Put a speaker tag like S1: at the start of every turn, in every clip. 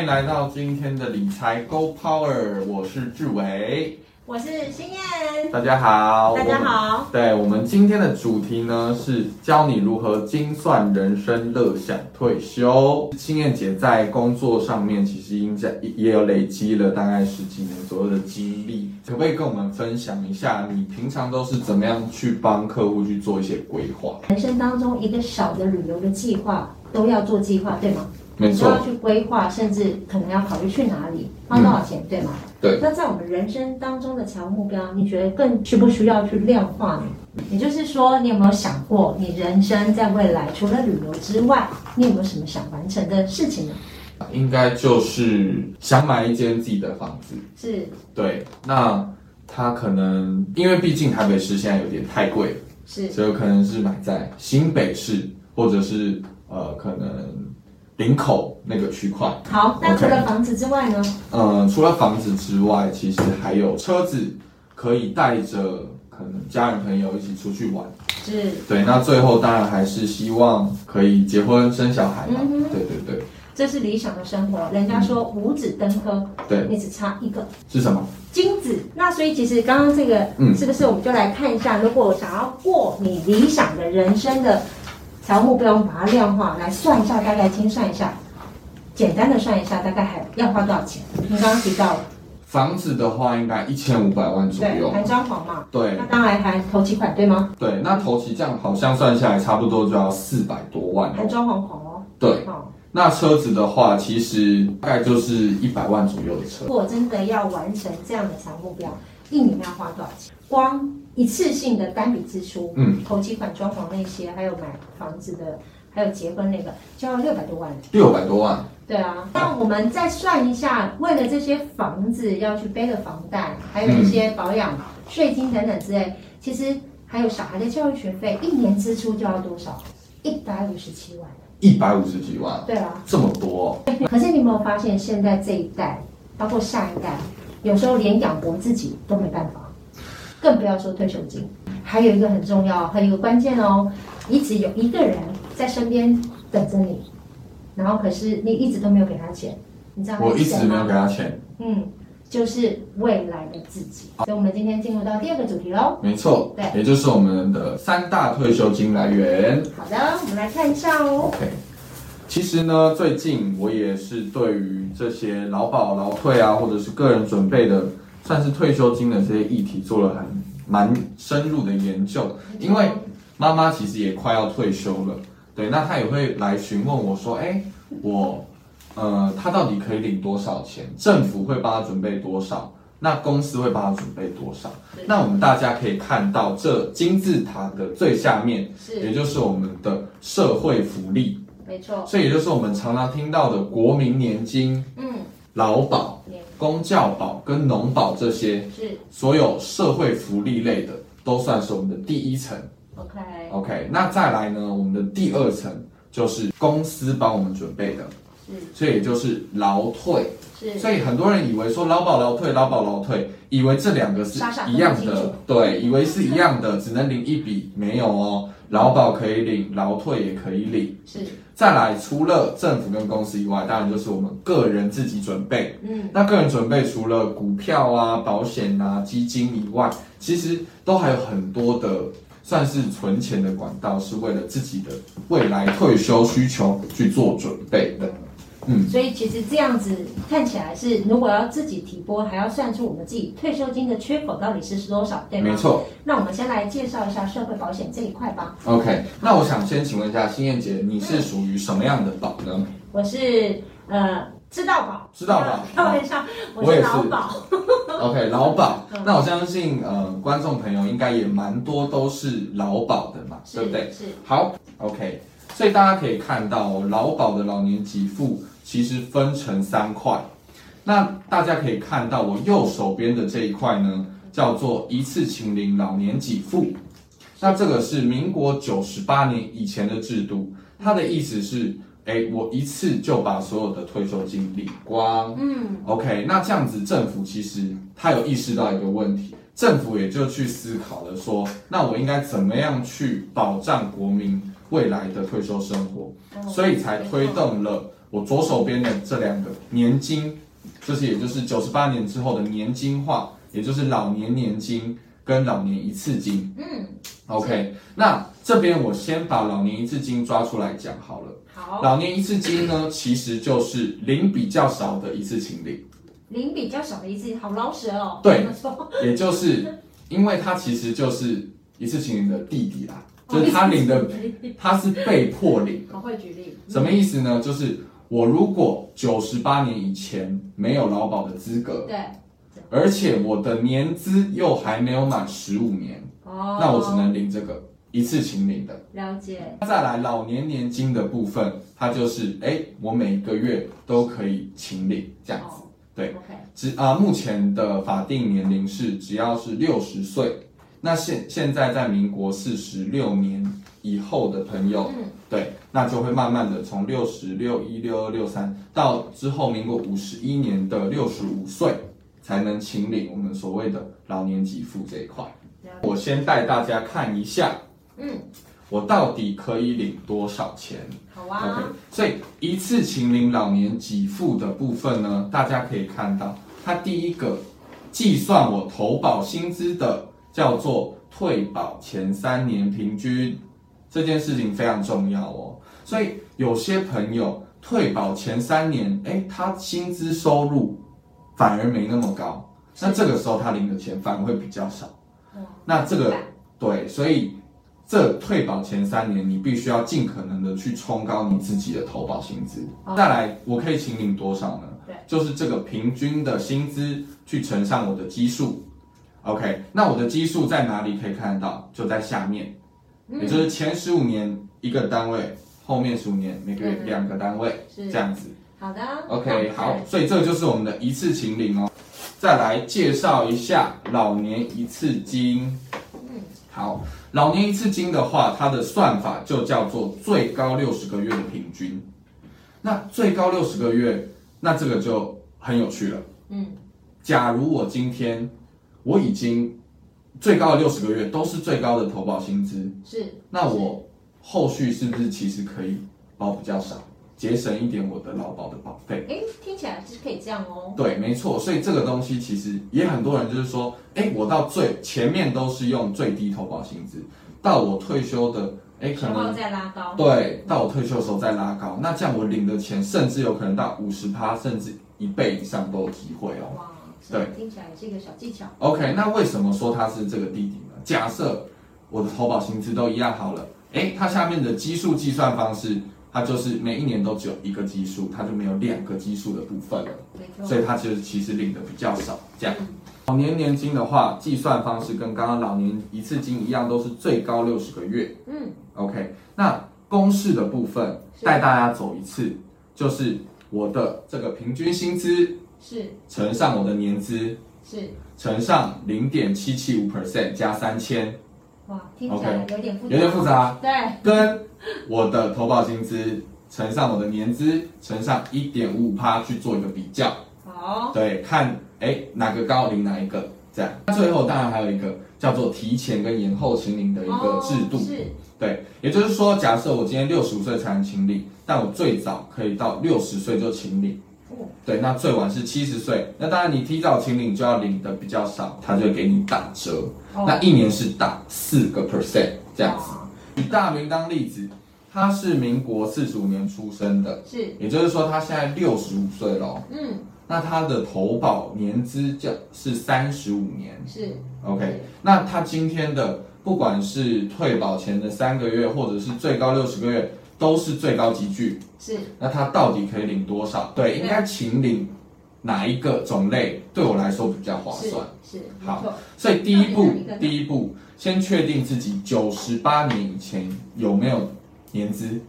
S1: 迎来到今天的理财 Go Power，我是志伟，
S2: 我是新燕，
S1: 大家好，
S2: 大家
S1: 我
S2: 好
S1: 们。。对我们今天的主题呢是教你如何精算人生，乐享退休。青燕姐在工作上面其实应该也有累积了大概十几年左右的经历，可不可以跟我们分享一下，你平常都是怎么样去帮客户去做一些规划？
S2: 人生当中一个小的旅游的计划都要做计划，对吗？
S1: 没
S2: 都
S1: 错
S2: 要，去规划，甚至可能要考虑去哪里，花多少钱，对吗？
S1: 嗯对。
S2: 那在我们人生当中的财务目标，你觉得更需不需要去量化呢？
S1: 嗯
S2: 也就是说，你有没有想过，你人生在未来除了旅游之外，你有没有什么想完成的事情呢？
S1: 应该就是想买一间自己的房子。
S2: 是
S1: 对，那他可能因为毕竟台北市现在有点太贵了，
S2: 是
S1: 所以有可能是买在新北市或者是呃可能林口那个区块。
S2: 好，那
S1: OK
S2: 除了房子之外呢？
S1: 嗯，除了房子之外，其实还有车子，可以带着可能家人朋友一起出去玩。
S2: 是
S1: 对，那最后当然还是希望可以结婚生小孩嘛。
S2: 嗯哼
S1: 对对对
S2: 这是理想的生活。人家说五子登科，
S1: 对，
S2: 你只差一个
S1: 是什么？
S2: 金子。那所以其实刚刚这个，
S1: 嗯
S2: 是不是我们就来看一下，如果我想要过你理想的人生的财务目标，我们把它量化来算一下，大概精算一下，简单的算一下，大概还要花多少钱？你刚刚提到了，
S1: 房子的话，应该一千五百万左
S2: 对，
S1: 右。
S2: 还装潢嘛，
S1: 对
S2: 那当然还头期款对吗？
S1: 对，那头期这样好像算下来差不多就要四百多万
S2: 还
S1: 哦。
S2: 装潢款哦，
S1: 对，
S2: 哦。
S1: 那车子的话，其实大概就是一百万左右的车
S2: 如。果真的要完成这样的小目标，一年要花多少钱？光一次性的单笔支出，
S1: 嗯，
S2: 头期款、装潢那些，还有买房子的，还有结婚那个，就要六百多万了。
S1: 六百多万，
S2: 对啊，那我们再算一下，为了这些房子要去背的房贷，还有一些保养、税金等等之类，其实还有小孩的教育学费，一年支出就要多少？一百五十七万。
S1: 一百五十几万，
S2: 对啊，
S1: 这么多哦、
S2: 可是你有没有发现，现在这一代，包括下一代，有时候连养活自己都没办法，更不要说退休金。还有一个很重要，还有一个关键哦，一直有一个人在身边等着你，然后可是你一直都没有给他钱，你知道
S1: 我
S2: 那
S1: 一直
S2: 是谁
S1: 没有
S2: 吗？
S1: 给他钱。
S2: 嗯，就是未来的自己。所以，我们今天进入到第二个主题喽。
S1: 没错，
S2: 对
S1: 也就是我们的三大退休金来源。
S2: 好的，我们来看一下哦。
S1: OK，其实呢，最近我也是对于这些劳保、劳退啊，或者是个人准备的，算是退休金的这些议题做了很蛮深入的研究。因为妈妈其实也快要退休了，对，那她也会来询问我说，哎，我，呃，她到底可以领多少钱？政府会帮她准备多少？那公司会帮她准备多少
S2: 对？
S1: 那我们大家可以看到这金字塔的最下面，也
S2: 是
S1: 就是我们的社会福利，
S2: 没错，
S1: 这也就是我们常常听到的国民年金、
S2: 嗯，
S1: 劳保、公教保跟农保这些
S2: 是
S1: 所有社会福利类的，都算是我们的第一层。
S2: OK，
S1: OK，那再来呢，我们的第二层就是公司帮我们准备的，所以也就是劳退。
S2: 是是
S1: 所以很多人以为说劳保劳退、劳保劳退，以为这两个是
S2: 傻傻分
S1: 一
S2: 不
S1: 样
S2: 清楚
S1: 的，对，以为是一样的，只能领一笔，没有哦。劳保可以领，劳退也可以领。
S2: 是，
S1: 再来，除了政府跟公司以外，当然就是我们个人自己准备。
S2: 嗯。
S1: 那个人准备除了股票啊、保险啊、基金以外，其实都还有很多的算是存钱的管道，是为了自己的未来退休需求去做准备的。嗯
S2: 所以其实这样子看起来是，如果要自己提拨，还要算出我们自己退休金的缺口到底是多少，对吗？啊
S1: 没。错。
S2: 那我们先来介绍一下社会保险这一块吧。
S1: OK，那我想先请问一下新燕姐，你是属于什么样的保呢？
S2: 我是呃知道保，
S1: 知道保
S2: 开玩笑，
S1: 我
S2: 我
S1: 也
S2: 是
S1: 是
S2: 劳保，
S1: OK，劳保
S2: 嗯。
S1: 那我相信呃，观众朋友应该也蛮多都是劳保的嘛，对不对？
S2: 是
S1: 好，OK，所以大家可以看到哦、劳保的老年给付其实分成三块。那大家可以看到我右手边的这一块呢，叫做一次请领老年给付。那这个是民国九十八年以前的制度，它的意思是，哎，我一次就把所有的退休金领光。
S2: 嗯，
S1: OK，那这样子政府其实他有意识到一个问题，政府也就去思考了说，那我应该怎么样
S2: 哦
S1: 去保障国民未来的退休生活，所以才推动了我左手边的这两个年金，就是也就是九十八年之后的年金化，也就是老年年金跟老年一次金。
S2: 嗯，
S1: OK，那这边我先把老年一次金抓出来讲好了。
S2: 好，
S1: 老年一次金呢，其实就是零比较少的一次请领，
S2: 零比较少的一次，好老实哦。
S1: 对
S2: 没错，
S1: 也就是因为它其实就是一次请领的弟弟啦，就是他领的，他是被迫领。
S2: 好会举例。
S1: 什么意思呢？就是我如果九十八年以前没有劳保的资格，
S2: 对，
S1: 而且我的年资又还没有满十五年，
S2: 哦，
S1: 那我只能领这个一次请领的。
S2: 了解，
S1: 再来老年年金的部分，它就是哎，我每个月都可以请领这样子。
S2: 哦
S1: 对
S2: ，OK，
S1: 只啊、目前的法定年龄是只要是六十岁，那现现在在民国四十六年以后的朋友，
S2: 嗯，
S1: 对，那就会慢慢的从六十六一六二六三到之后民国五十一年的六十五岁，才能请领我们所谓的老年给付这一块。
S2: 了解，
S1: 我先带大家看一下，
S2: 嗯，
S1: 我到底可以领多少钱。
S2: 好
S1: OK，
S2: 啊，
S1: 所以一次请领老年给付的部分呢，大家可以看到，它第一个计算我投保薪资的叫做退保前三年平均，这件事情非常重要哦。所以有些朋友退保前三年，哎，他薪资收入反而没那么高，那这个时候他领的钱反而会比较少。
S2: 哇
S1: 那这
S2: 明
S1: 个
S2: 白
S1: 对，所以这退保前三年，你必须要尽可能的去冲高你自己的投保薪资。
S2: 哦
S1: 再来，我可以请领多少呢？
S2: 对，
S1: 就是这个平均的薪资去乘上我的基数。OK，那我的基数在哪里可以看得到？就在下面，也就
S2: 嗯，
S1: 是前十五年一个单位，后面十五年每个月
S2: 嗯
S1: 两个单位，
S2: 是
S1: 这样子。
S2: 好的
S1: OK，好，，所以这个就是我们的一次请领哦。再来介绍一下老年一次金。
S2: 嗯，
S1: 好，老年一次金的话，它的算法就叫做最高六十个月的平均。那最高六十个月，那这个就很有趣了。
S2: 嗯，
S1: 假如我今天我已经最高的六十个月都是最高的投保薪资，
S2: 是，
S1: 那我后续是不是其实可以保比较少，节省一点我的劳保的保费？
S2: 哎，听起来是可以这样哦，
S1: 对，没错，所以这个东西其实也很多人就是说，哎，我到最前面都是用最低投保薪资，到我退休的，哎，可
S2: 然后
S1: 能
S2: 再拉高，
S1: 对，到我退休的时候再拉高，那这样我领的钱甚至有可能到五十趴，甚至一倍以上都有机会哦。
S2: 哇，是
S1: 对，
S2: 听起来也是一个小技巧，
S1: OK，那为什么说它是这个弟弟呢？假设我的投保薪资都一样好了，诶，它下面的基数计算方式，它就是每一年都只有一个基数，它就没有两个基数的部分了，
S2: 没错，
S1: 所以它其实其实领的比较少，这样。
S2: 嗯
S1: 老年年金的话，计算方式跟刚刚老年一次金一样，都是最高六十个月。
S2: 嗯，
S1: OK，那公式的部分
S2: 是
S1: 带大家走一次，就是我的这个平均薪资
S2: 是
S1: 乘上我的年资，
S2: 是，
S1: 乘上零点七七五 percent 加三千，
S2: 哇，听起来有点复杂，
S1: 有点复，杂，
S2: 对，
S1: 跟我的投保薪资乘上我的年资乘上一点五五趴去做一个比较。
S2: 好，
S1: 对，看哎哪个高领哪一个这样。那最后当然还有一个叫做提前跟延后请领的一个制度，
S2: 哦是，
S1: 对，也就是说，假设我今天六十五岁才能请领，但我最早可以到六十岁就请领。
S2: 哦
S1: 对，那最晚是七十岁，那当然你提早请领就要领的比较少，他就会给你打折，
S2: 哦
S1: 那一年是打四个 percent 这样子。
S2: 子
S1: 以大明当例子，他是民国四十五年出生的，
S2: 是，
S1: 也就是说他现在六十五岁喽。
S2: 嗯，
S1: 那他的投保年资就是三十五年
S2: 是
S1: ，OK。那
S2: 嗯
S1: 他今天的不管是退保前的三个月，或者是最高六十个月，都是最高级距。
S2: 是
S1: 那他到底可以领多少？对，应该请领哪一个种类对我来说比较划算？
S2: 是，是没
S1: 好
S2: 错，
S1: 所以第一步
S2: 那你哪一个，呢
S1: 第一步先确定自己九十八年以前有没有年资。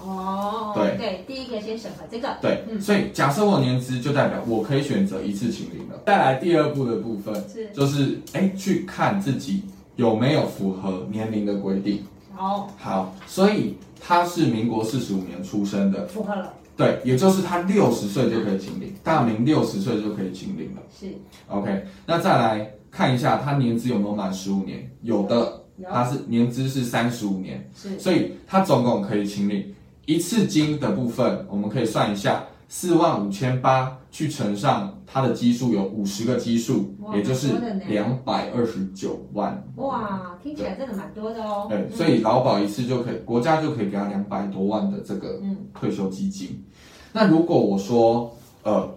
S2: 哦，
S1: 对
S2: 对，第一个先审核这个，
S1: 对，
S2: 嗯
S1: 所以假设我有年资，就代表我可以选择一次请领了。再来第二步的部分。
S2: 是，
S1: 就是哎，去看自己有没有符合年龄的规定。
S2: 好，
S1: 好，所以他是民国四十五年出生的，
S2: 符合了，
S1: 对，也就是他六十岁就可以请领，大明六十岁就可以请领了。
S2: 是
S1: OK，那再来看一下他年资有没有满十五年，有的，
S2: 有
S1: 他是年资是三十五年，
S2: 是
S1: 所以他总共可以请领一次金的部分，我们可以算一下，四万五千八去乘上它的基数有五十个基数，
S2: 哇
S1: 也就是
S2: 蛮多的呢
S1: 两百二十九万。
S2: 哇，听起来真的蛮多的哦。
S1: 对，所以劳保一次就可以，国家就可以给他两百多万的这个
S2: 嗯
S1: 退休基金。那如果我说呃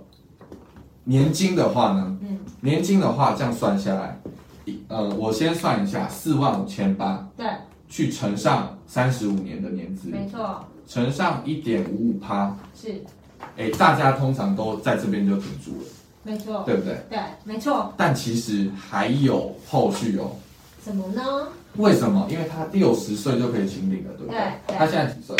S1: 年金的话呢，
S2: 嗯，
S1: 年金的话这样算下来，一呃，我先算一下，四万五千八
S2: 对，
S1: 去乘上三十五年的年资，
S2: 没错，
S1: 乘上一点五五趴，
S2: 是
S1: 哎，大家通常都在这边就停住了，
S2: 没错，
S1: 对不对？
S2: 对，没错。
S1: 但其实还有后续哦。
S2: 怎么呢？
S1: 为什么？因为他六十岁就可以请领了，对不对？
S2: 对对
S1: 他现在几岁？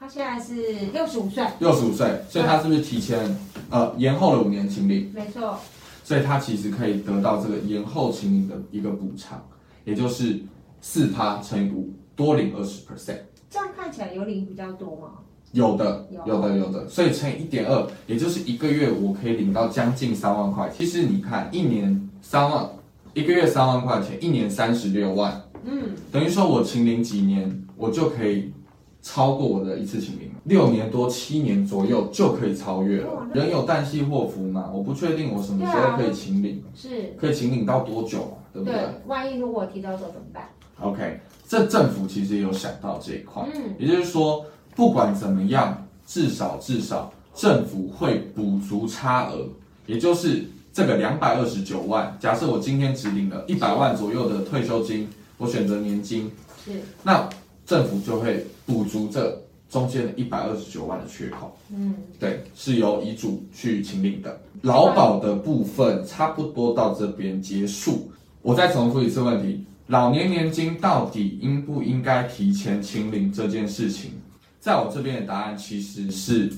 S2: 他现在是六十五岁，
S1: 六十五岁，所以他是不是提前呃延后了五年请领？
S2: 没错，
S1: 所以他其实可以得到这个延后请领的一个补偿，也就是四趴乘以五，多领二十 percent。
S2: 这样看起来有领比较多嘛？
S1: 有的，
S2: 有
S1: 有的，有的，所以乘以一点二，也就是一个月我可以领到将近三万块。其实你看，一年三万，一个月三万块钱，一年三十六万，
S2: 嗯，
S1: 等于说我请领几年，我就可以超过我的一次请领，六年多七年左右就可以超越
S2: 哇
S1: 了。
S2: 那
S1: 人有旦夕祸福嘛，我不确定我什么时
S2: 对
S1: 候
S2: 啊
S1: 可以请领，
S2: 是
S1: 可以请领到多久嘛，对不对
S2: 啊对。万一如果提早走怎么办？
S1: o k 这政府其实也有想到这一块。
S2: 嗯，
S1: 也就是说，不管怎么样，至少至少政府会补足差额，也就是这个两百二十九万。假设我今天只领了一百万左右的退休金，我选择年金，
S2: 是，
S1: 那政府就会补足这中间的一百二十九万的缺口。
S2: 嗯，
S1: 对，是由遗嘱去请领的。劳保的部分差不多到这边结束。我再重复一次问题：老年年金到底应不应该提前请领这件事情，在我这边的答案其实是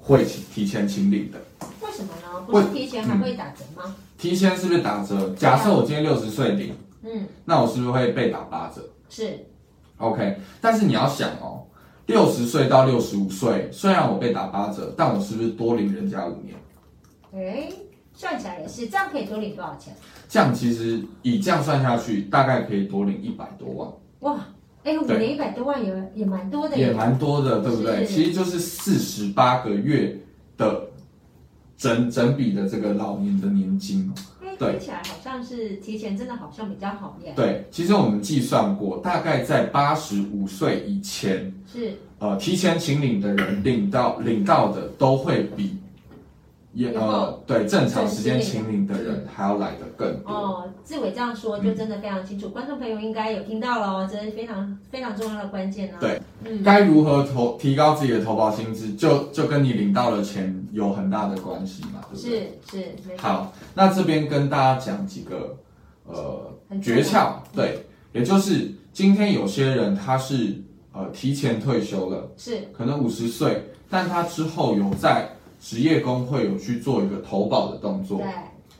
S1: 会请提前请领的。
S2: 为什么呢？不是提前还会打折吗？
S1: 提前是不是打折？假设我今天六十岁领，
S2: 嗯，
S1: 那我是不是会被打八折？
S2: 是，
S1: OK，但是你要想哦，六十岁到六十五岁，虽然我被打八折，但我是不是多领人家五年？
S2: 哎，算起来也是，这样可以多领多少钱？
S1: 这样其实以这样算下去，大概可以多领一百多万，
S2: 哇，哎，五
S1: 对
S2: 年一百多万也也蛮多的
S1: 也
S2: 耶，
S1: 蛮多的，对不对？
S2: 是
S1: 其实就是四十八个月的整整笔的这个老年的年金。
S2: 哎，
S1: 对
S2: 听起来好像是提前真的好像比较好耶，
S1: 对，其实我们计算过，大概在八十五岁以前，
S2: 是，
S1: 呃，提前请领的人领到领到的都会比也
S2: 以后
S1: 呃对正常时间
S2: 准时领
S1: 请领的人还要来的更多。
S2: 哦，志伟这样说就真的非常清楚，观众朋友应该有听到了，哦这是非常非常重要的关键呢。
S1: 对，
S2: 嗯，
S1: 该如何投提高自己的投保薪资，就就跟你领到的钱有很大的关系嘛，对不对？
S2: 是是，没错，
S1: 好，那这边跟大家讲几个呃
S2: 很重
S1: 诀
S2: 要
S1: 窍，对，也就是今天有些人他是呃提前退休了，
S2: 是
S1: 可能五十岁，但他之后有在职业工会有去做一个投保的动
S2: 对
S1: 作，，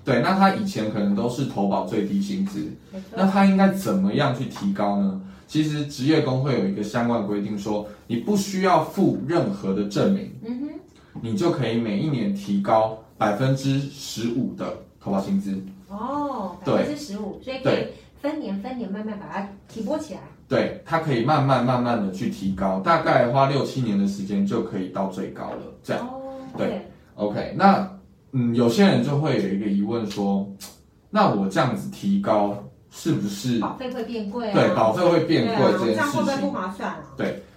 S1: 对，那他以前可能都是投保最低薪资，
S2: 没
S1: 那
S2: 错，
S1: 他应该怎么样去提高呢？其实职业工会有一个相关规定说，你不需要附任何的证明，
S2: 嗯哼，
S1: 你就可以每一年提高百分之十五的投保薪资。
S2: 哦，百分之
S1: 对
S2: 十五，所以可以
S1: 对
S2: 分年分年慢慢把它提拨起来。
S1: 对，它可以慢慢慢慢的去提高，大概花六七年的时间就可以到最高了。这样
S2: 哦，
S1: 对
S2: 对，
S1: ，OK？那嗯，有些人就会有一个疑问说，那我这样子提高是不是
S2: 保费会变贵啊，
S1: 对保费会变贵这
S2: 对啊，这
S1: 件
S2: 样
S1: 事
S2: 会不会
S1: 情
S2: 不？划算啊？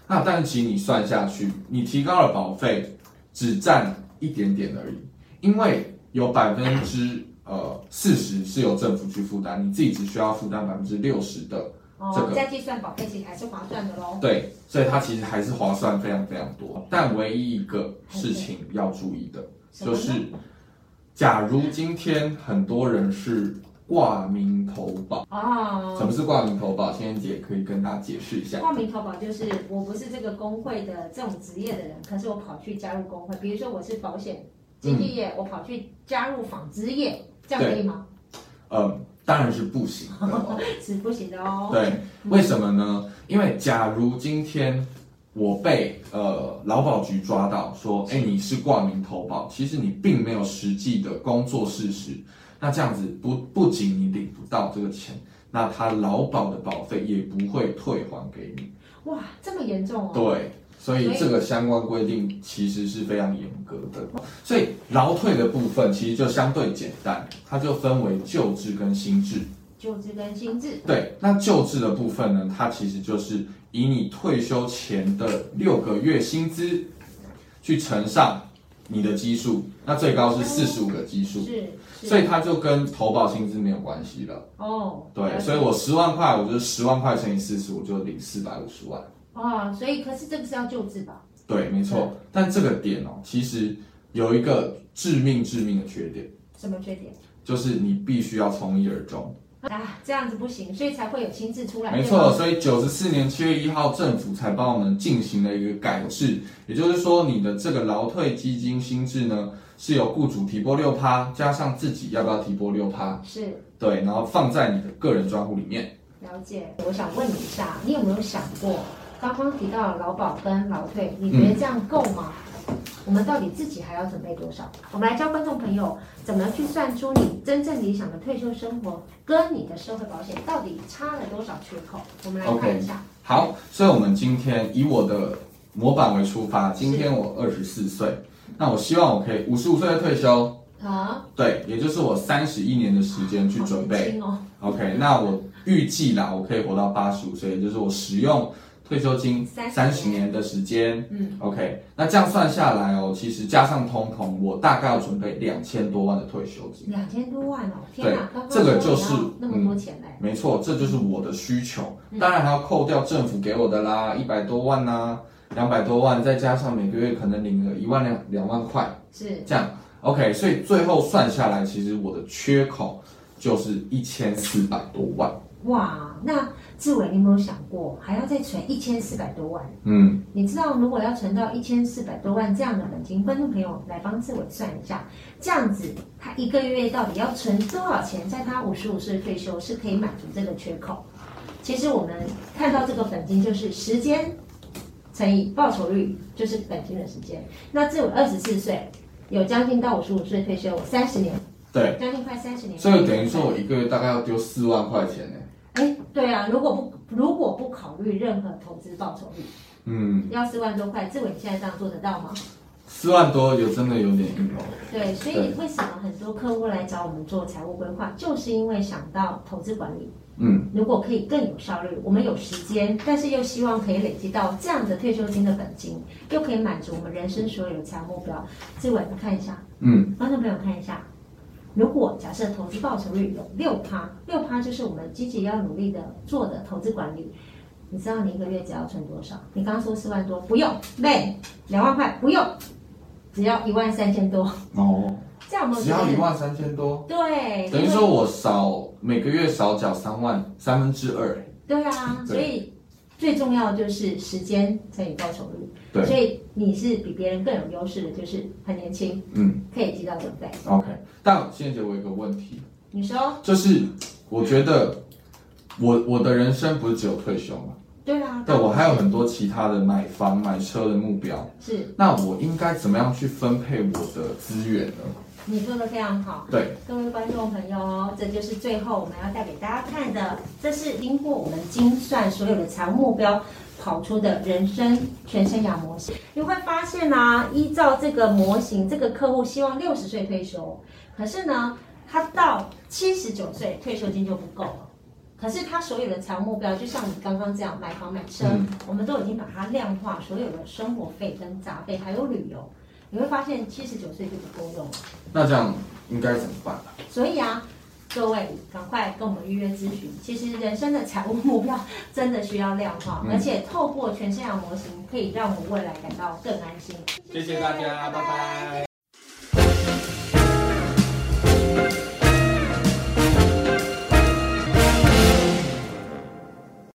S1: 那但其实你算下去，你提高了保费只占一点点而已，因为有百分之呃四十是由政府去负担，你自己只需要负担百分之六十的，这
S2: 哦，
S1: 个
S2: 再计算保费其实还是划算的喽。
S1: 对，所以它其实还是划算非常非常多。但唯一一个事情要注意的
S2: 什么
S1: 就
S2: 呢
S1: 是，假如今天很多人是挂名投保，什
S2: 哦，
S1: 么是挂名投保？千千姐可以跟大家解释一下。
S2: 挂名投保就是我不是这个工会的这种职业的人，可是我跑去加入工会，比如说我是保险
S1: 嗯
S2: 经纪业，我跑去加入纺织业，这样可以吗？
S1: 嗯，当然是不行的哦、
S2: 是不行的哦。
S1: 对，为什么呢？因为假如今天我被呃劳保局抓到说，哎，你是挂名投保，其实你并没有实际的工作事实，那这样子不不仅你领不到这个钱，那他劳保的保费也不会退还给你。
S2: 哇，这么严重哦。
S1: 对，所以这个相关规定其实是非常严格的。
S2: 哦
S1: 所以劳退的部分其实就相对简单，它就分为旧制跟新制。
S2: 就职跟薪资，
S1: 对，那旧制的部分呢，它其实就是以你退休前的六个月薪资去乘上你的基数，那最高是四十五个基数，
S2: 是，是
S1: 所以它就跟投保薪资没有关系了。
S2: 哦，
S1: 对，所以我十万块，我就十万块乘以四十，我就领四百五十万。
S2: 哇，哦所以可是这个是要救治吧？
S1: 对，没错。但这个点哦，其实有一个致命致命的缺点，
S2: 什么缺点
S1: 就是你必须要从一而终。
S2: 啊？这样子不行，所以才会有薪资出来。
S1: 没错，所以九十四年七月一号，政府才帮我们进行了一个改制，也就是说，你的这个劳退基金新制呢，是由雇主提拨六趴，加上自己要不要提拨六趴，
S2: 对吧，是
S1: 对，然后放在你的个人专户里面。
S2: 了解。我想问你一下，你有没有想过，刚刚提到劳保跟劳退，你觉得
S1: 嗯
S2: 这样够吗？我们到底自己还要准备多少？我们来教观众朋友怎么去算出你真正理想的退休生活跟你的社会保险到底差了多少缺口？我们来看一下。
S1: 好，所以我们今天以我的模板为出发，今天我二十四岁，那我希望我可以五十五岁退休，
S2: 啊，
S1: 对，也就是我三十一年的时间去准备。
S2: 好年轻哦，
S1: OK，那我预计啦，我可以活到八十五岁，也就是我使用退休金三
S2: 30
S1: 十年的时间。
S2: 嗯
S1: ，OK，那这样算下来哦，其实加上通膨，我大概要准备两千多万的退休金。
S2: 两千多万哦，天哪！
S1: 对
S2: 刚刚
S1: 这个就是
S2: 说你要那么多钱嘞，
S1: 没错，这就是我的需求。当然还要扣掉政府给我的啦，一百多万呐、两百多万，再加上每个月可能领个一万两两万块，
S2: 是
S1: 这样 OK。所以最后算下来，其实我的缺口就是一千四百多万。
S2: 哇。那志伟，你有没有想过还要再存一千四百多万？
S1: 嗯，
S2: 你知道，如果要存到一千四百多万这样的本金，观众朋友来帮志伟算一下，这样子他一个月到底要存多少钱，在他五十五岁退休是可以满足这个缺口？其实我们看到这个本金就是时间乘以报酬率，就是本金的时间。那志伟二十四岁，有将近到五十五岁退休，三十年，
S1: 对，
S2: 将近快三十年。
S1: 所以等于说，我一个月大概要丢四万块钱呢。
S2: 哎，对啊，如果不如果不考虑任何投资报酬率，
S1: 嗯，
S2: 要四万多块，志伟你现在这样做得到吗？
S1: 四万多有真的有点硬哦。
S2: 对，所以为什么很多客户来找我们做财务规划，就是因为想到投资管理，
S1: 嗯，
S2: 如果可以更有效率，我们有时间，但是又希望可以累积到这样的退休金的本金，又可以满足我们人生所有的财务目标。志伟，你看一下，
S1: 嗯，
S2: 观众朋友看一下，如果假设投资报酬率有六趴，六趴就是我们积极要努力的做的投资管理。你知道你一个月只要存多少？你刚刚说四万多，不用，妹，两万块不用，只要一万三千多。
S1: 哦，
S2: 这样我们
S1: 只要一万三千多，
S2: 对，
S1: 等于
S2: 因为
S1: 说我少每个月少缴三万三分之二。
S2: 对啊，
S1: 对
S2: 所以最重要的就是时间乘以报酬率。
S1: 对
S2: 所以你是比别人更有优势的，就是很年轻，
S1: 嗯
S2: 可以积到准备。
S1: ，OK。但现在我有一个问题，
S2: 你说
S1: 就是我觉得我我的人生不是只有退休嘛，
S2: 对啊？
S1: 对我还有很多其他的买房买车的目标。
S2: 是
S1: 那我应该怎么样去分配我的资源呢？
S2: 你做的非常好。
S1: 对，
S2: 各位观众朋友，这就是最后我们要带给大家看的，这是经过我们精算所有的财务目标跑出的人生全生涯模型。你会发现啊，依照这个模型，这个客户希望六十岁退休，可是呢，他到七十九岁退休金就不够了。可是他所有的财务目标，就像你刚刚这样买房买车，
S1: 嗯
S2: 我们都已经把它量化，所有的生活费跟杂费，还有旅游，你会发现七十九岁就不够用了。
S1: 那这样应该怎么办？
S2: 所以啊，各位赶快跟我们预约咨询。其实人生的财务目标真的需要量化，
S1: 嗯
S2: 而且透过全生涯模型，可以让我们未来感到更安心。
S1: 谢谢大家，拜拜。